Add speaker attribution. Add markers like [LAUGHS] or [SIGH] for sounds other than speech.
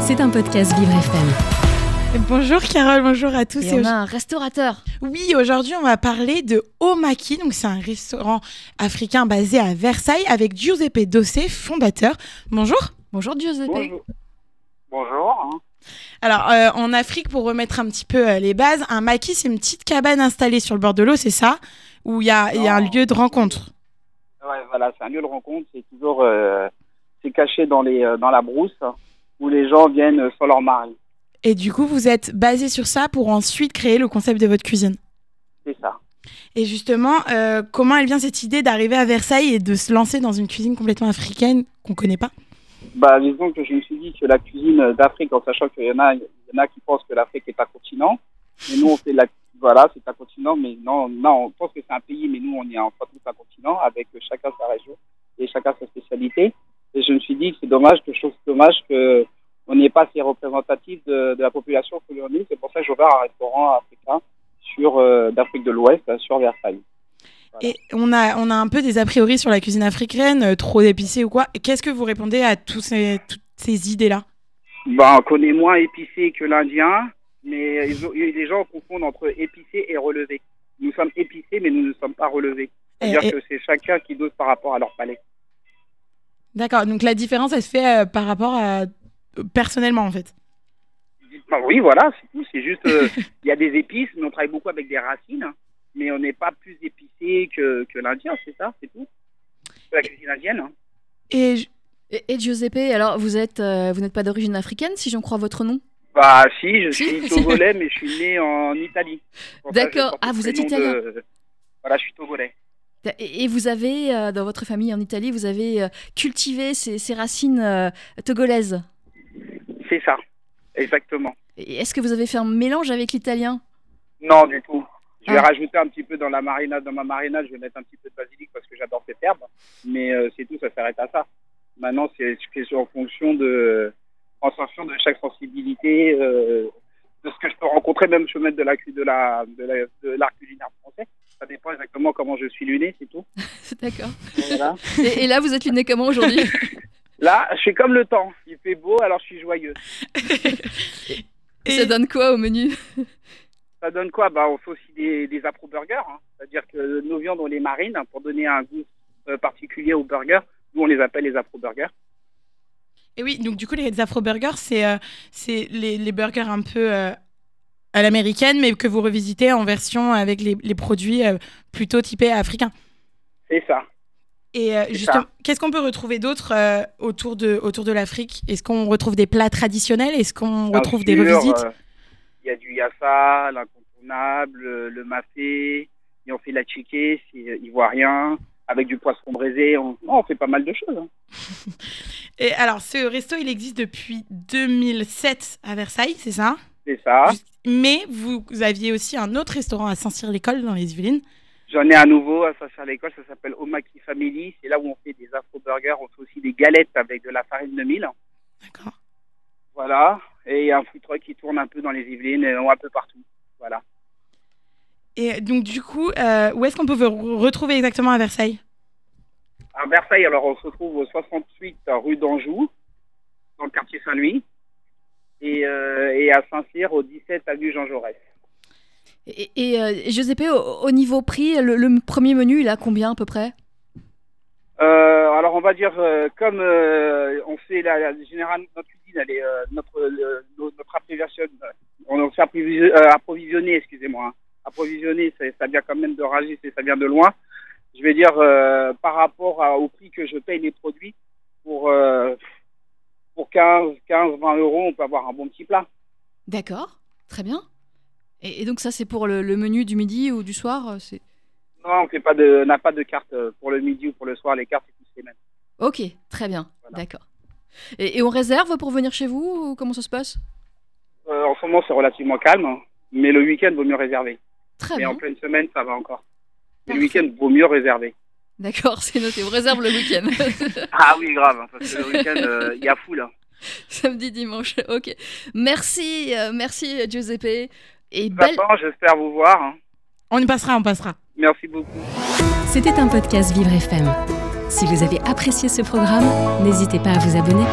Speaker 1: C'est un podcast Vivre FM.
Speaker 2: Bonjour Carole, bonjour à tous.
Speaker 3: Et
Speaker 2: Et
Speaker 3: on
Speaker 2: au-
Speaker 3: a un restaurateur.
Speaker 2: Oui, aujourd'hui on va parler de Omaki, donc c'est un restaurant africain basé à Versailles avec Giuseppe Dossé, fondateur. Bonjour.
Speaker 3: Bonjour Giuseppe.
Speaker 4: Bonjour. Bonjour. hein.
Speaker 2: Alors euh, en Afrique, pour remettre un petit peu euh, les bases, un maki c'est une petite cabane installée sur le bord de l'eau, c'est ça Où il y a, il y a un
Speaker 4: Non.
Speaker 2: lieu de rencontre.
Speaker 4: Ouais, voilà, c'est un lieu de rencontre. C'est toujours euh, c'est caché dans les euh, dans la brousse où les gens viennent euh, sans leur mari.
Speaker 2: Et du coup, vous êtes basé sur ça pour ensuite créer le concept de votre cuisine.
Speaker 4: C'est ça.
Speaker 2: Et justement, euh, comment elle vient cette idée d'arriver à Versailles et de se lancer dans une cuisine complètement africaine qu'on connaît pas
Speaker 4: Bah, disons que je me suis dit que la cuisine d'Afrique, en sachant qu'il y en a, il y en a qui pensent que l'Afrique est un continent, et nous on fait la, voilà, c'est un continent, mais non, non, on pense que c'est un pays, mais nous on est en fait tout un continent avec chacun sa région et chacun sa spécialité. Et je me suis dit que c'est dommage, que je trouve dommage que on n'est pas assez représentatif de, de la population que l'on est. C'est pour ça que j'ai ouvert un restaurant africain sur euh, d'Afrique de l'Ouest, sur Versailles.
Speaker 2: Et on a, on a un peu des a priori sur la cuisine africaine, euh, trop épicée ou quoi. Qu'est-ce que vous répondez à tous ces, toutes ces idées-là
Speaker 4: Bah, on connaît moins épicé que l'Indien, mais ils ont- les gens confondent entre épicé et relevé. Nous sommes épicés, mais nous ne sommes pas relevés.
Speaker 2: Et-
Speaker 4: C'est-à-dire
Speaker 2: et-
Speaker 4: que c'est chacun qui dose par rapport à leur palais.
Speaker 2: D'accord, donc la différence, elle se fait euh, par rapport à... personnellement, en fait.
Speaker 4: Bah oui, voilà, c'est tout. C'est juste,
Speaker 3: [LAUGHS]
Speaker 4: euh, il y a des épices, mais on travaille beaucoup avec des racines, hein. mais on n'est pas plus épicé que, que l'Indien, c'est ça, c'est tout. C'est La cuisine indienne. hein.
Speaker 2: Et je-
Speaker 3: Et, et Giuseppe, alors vous êtes, euh, vous n'êtes pas d'origine africaine, si j'en crois votre nom.
Speaker 4: Bah si, je
Speaker 3: Si.
Speaker 4: suis togolais, mais je suis né en Italie. Pour ça, je
Speaker 3: D'accord.
Speaker 4: porte
Speaker 3: Ah,
Speaker 4: le
Speaker 3: vous êtes
Speaker 4: prénom
Speaker 3: italien.
Speaker 4: de- Voilà, je suis togolais.
Speaker 3: Et, et vous avez, euh, dans votre famille en Italie, vous avez euh, cultivé ces, ces racines euh, togolaises.
Speaker 4: C'est ça, exactement.
Speaker 3: Et est-ce que vous avez fait un mélange avec l'italien
Speaker 4: Non, du tout. Je vais
Speaker 3: Ah.
Speaker 4: rajouter un petit peu dans la marinade. Dans ma marinade, je vais mettre un petit peu de basilic parce que j'adore cette herbe. Mais euh, c'est tout, ça s'arrête à ça. Maintenant, c'est c'est en fonction de, en fonction de chaque sensibilité, euh, de ce que je peux rencontrer, même je peux mettre de la cu- de la de la- de l'art culinaire français. Ça dépend exactement comment je suis luné, c'est tout.
Speaker 3: [LAUGHS] D'accord.
Speaker 4: Voilà.
Speaker 3: Et, et là, vous êtes luné comment [LAUGHS] aujourd'hui
Speaker 4: Là, je suis comme le temps. Il fait beau, alors je suis joyeux.
Speaker 2: et-
Speaker 3: Ça donne quoi au menu
Speaker 4: Ça donne quoi bah, On fait aussi des, des appro burgers. hein. C'est-à-dire que nos viandes, on les marine hein, pour donner un goût euh, particulier aux burgers. Nous, on les appelle les appro burgers.
Speaker 2: et oui, donc du coup, les afro-burgers, c'est euh, c'est les, les burgers un peu euh, à l'américaine, mais que vous revisitez en version avec les, les produits euh, plutôt typés africains.
Speaker 4: C'est ça.
Speaker 2: Et euh,
Speaker 4: C'est
Speaker 2: justement,
Speaker 4: ça.
Speaker 2: qu'est-ce qu'on peut retrouver d'autre euh, autour de, autour de l'Afrique Est-ce qu'on retrouve des plats traditionnels Est-ce qu'on
Speaker 4: Bien
Speaker 2: retrouve des
Speaker 4: sûr,
Speaker 2: revisites
Speaker 4: euh, Il y a du yassa, l'incontournable, euh, le mafé. Et on fait la chiquée, c'est euh, ivoirien, avec du poisson braisé. On... Non, on fait pas mal de choses. hein.
Speaker 2: Et alors, ce resto, il existe depuis 2007 à Versailles, c'est ça
Speaker 4: C'est ça.
Speaker 2: Juste- Mais vous, vous aviez aussi un autre restaurant à Saint-Cyr-l'École, dans les Yvelines.
Speaker 4: J'en ai un nouveau à saint l'école, ça s'appelle Omaki Family. C'est là où on fait des afro-burgers. On fait aussi des galettes avec de la farine de mil.
Speaker 2: D'accord.
Speaker 4: Voilà. Et il y a un food truck qui tourne un peu dans les Yvelines, euh, un peu partout. Voilà.
Speaker 2: Et donc, du coup, euh, où est-ce qu'on peut vous re- retrouver exactement à Versailles
Speaker 4: À Versailles, alors on se trouve au 68 rue d'Anjou, dans le quartier Saint-Louis, et, euh, et à Saint-Cyr au 17 avenue Jean Jaurès.
Speaker 3: Et, et, euh, Giuseppe, au, au niveau prix, le, le premier menu, il a combien à peu près
Speaker 4: Euh, alors on va dire euh, comme euh, on fait la, la- généralement notre cuisine, elle est euh, notre le- nos- notre approvisionne, on s'est approvisionné, approvisionné excusez-moi, hein. approvisionné, ça, ça vient quand même de Rangis et ça vient de loin. Je vais dire euh, par rapport à- au prix que je paye les produits pour euh, pour 15 15 20 euros, on peut avoir un bon petit plat.
Speaker 3: D'accord, très bien. Et, et donc ça, c'est pour le, le menu du midi ou du soir euh, c'est-
Speaker 4: Non, on fait pas de on n'a pas de carte euh, pour le midi ou pour le soir, les cartes c'est tous les mêmes.
Speaker 3: Ok, très bien,
Speaker 4: Voilà.
Speaker 3: d'accord. Et, et on réserve pour venir chez vous ou comment ça se passe
Speaker 4: Euh, en ce moment, c'est relativement calme, hein, mais le week-end vaut mieux réserver.
Speaker 3: Très
Speaker 4: Et
Speaker 3: bien,
Speaker 4: en pleine semaine, ça va encore. Et le
Speaker 3: Ah Parfait.
Speaker 4: week-end, vaut mieux réserver.
Speaker 3: d'accord, [LAUGHS] c'est noté, on réserve
Speaker 4: [LAUGHS]
Speaker 3: le week-end. [LAUGHS]
Speaker 4: Ah oui, grave, hein, parce que le week-end, euh, il y a foule. hein.
Speaker 3: Samedi, dimanche, ok. Merci, euh, merci Giuseppe. Et belle,
Speaker 4: J'attends, j'espère vous voir. hein.
Speaker 2: On y passera, on passera.
Speaker 4: Merci beaucoup.
Speaker 1: C'était un podcast Vivre FM. Si vous avez apprécié ce programme, n'hésitez pas à vous abonner.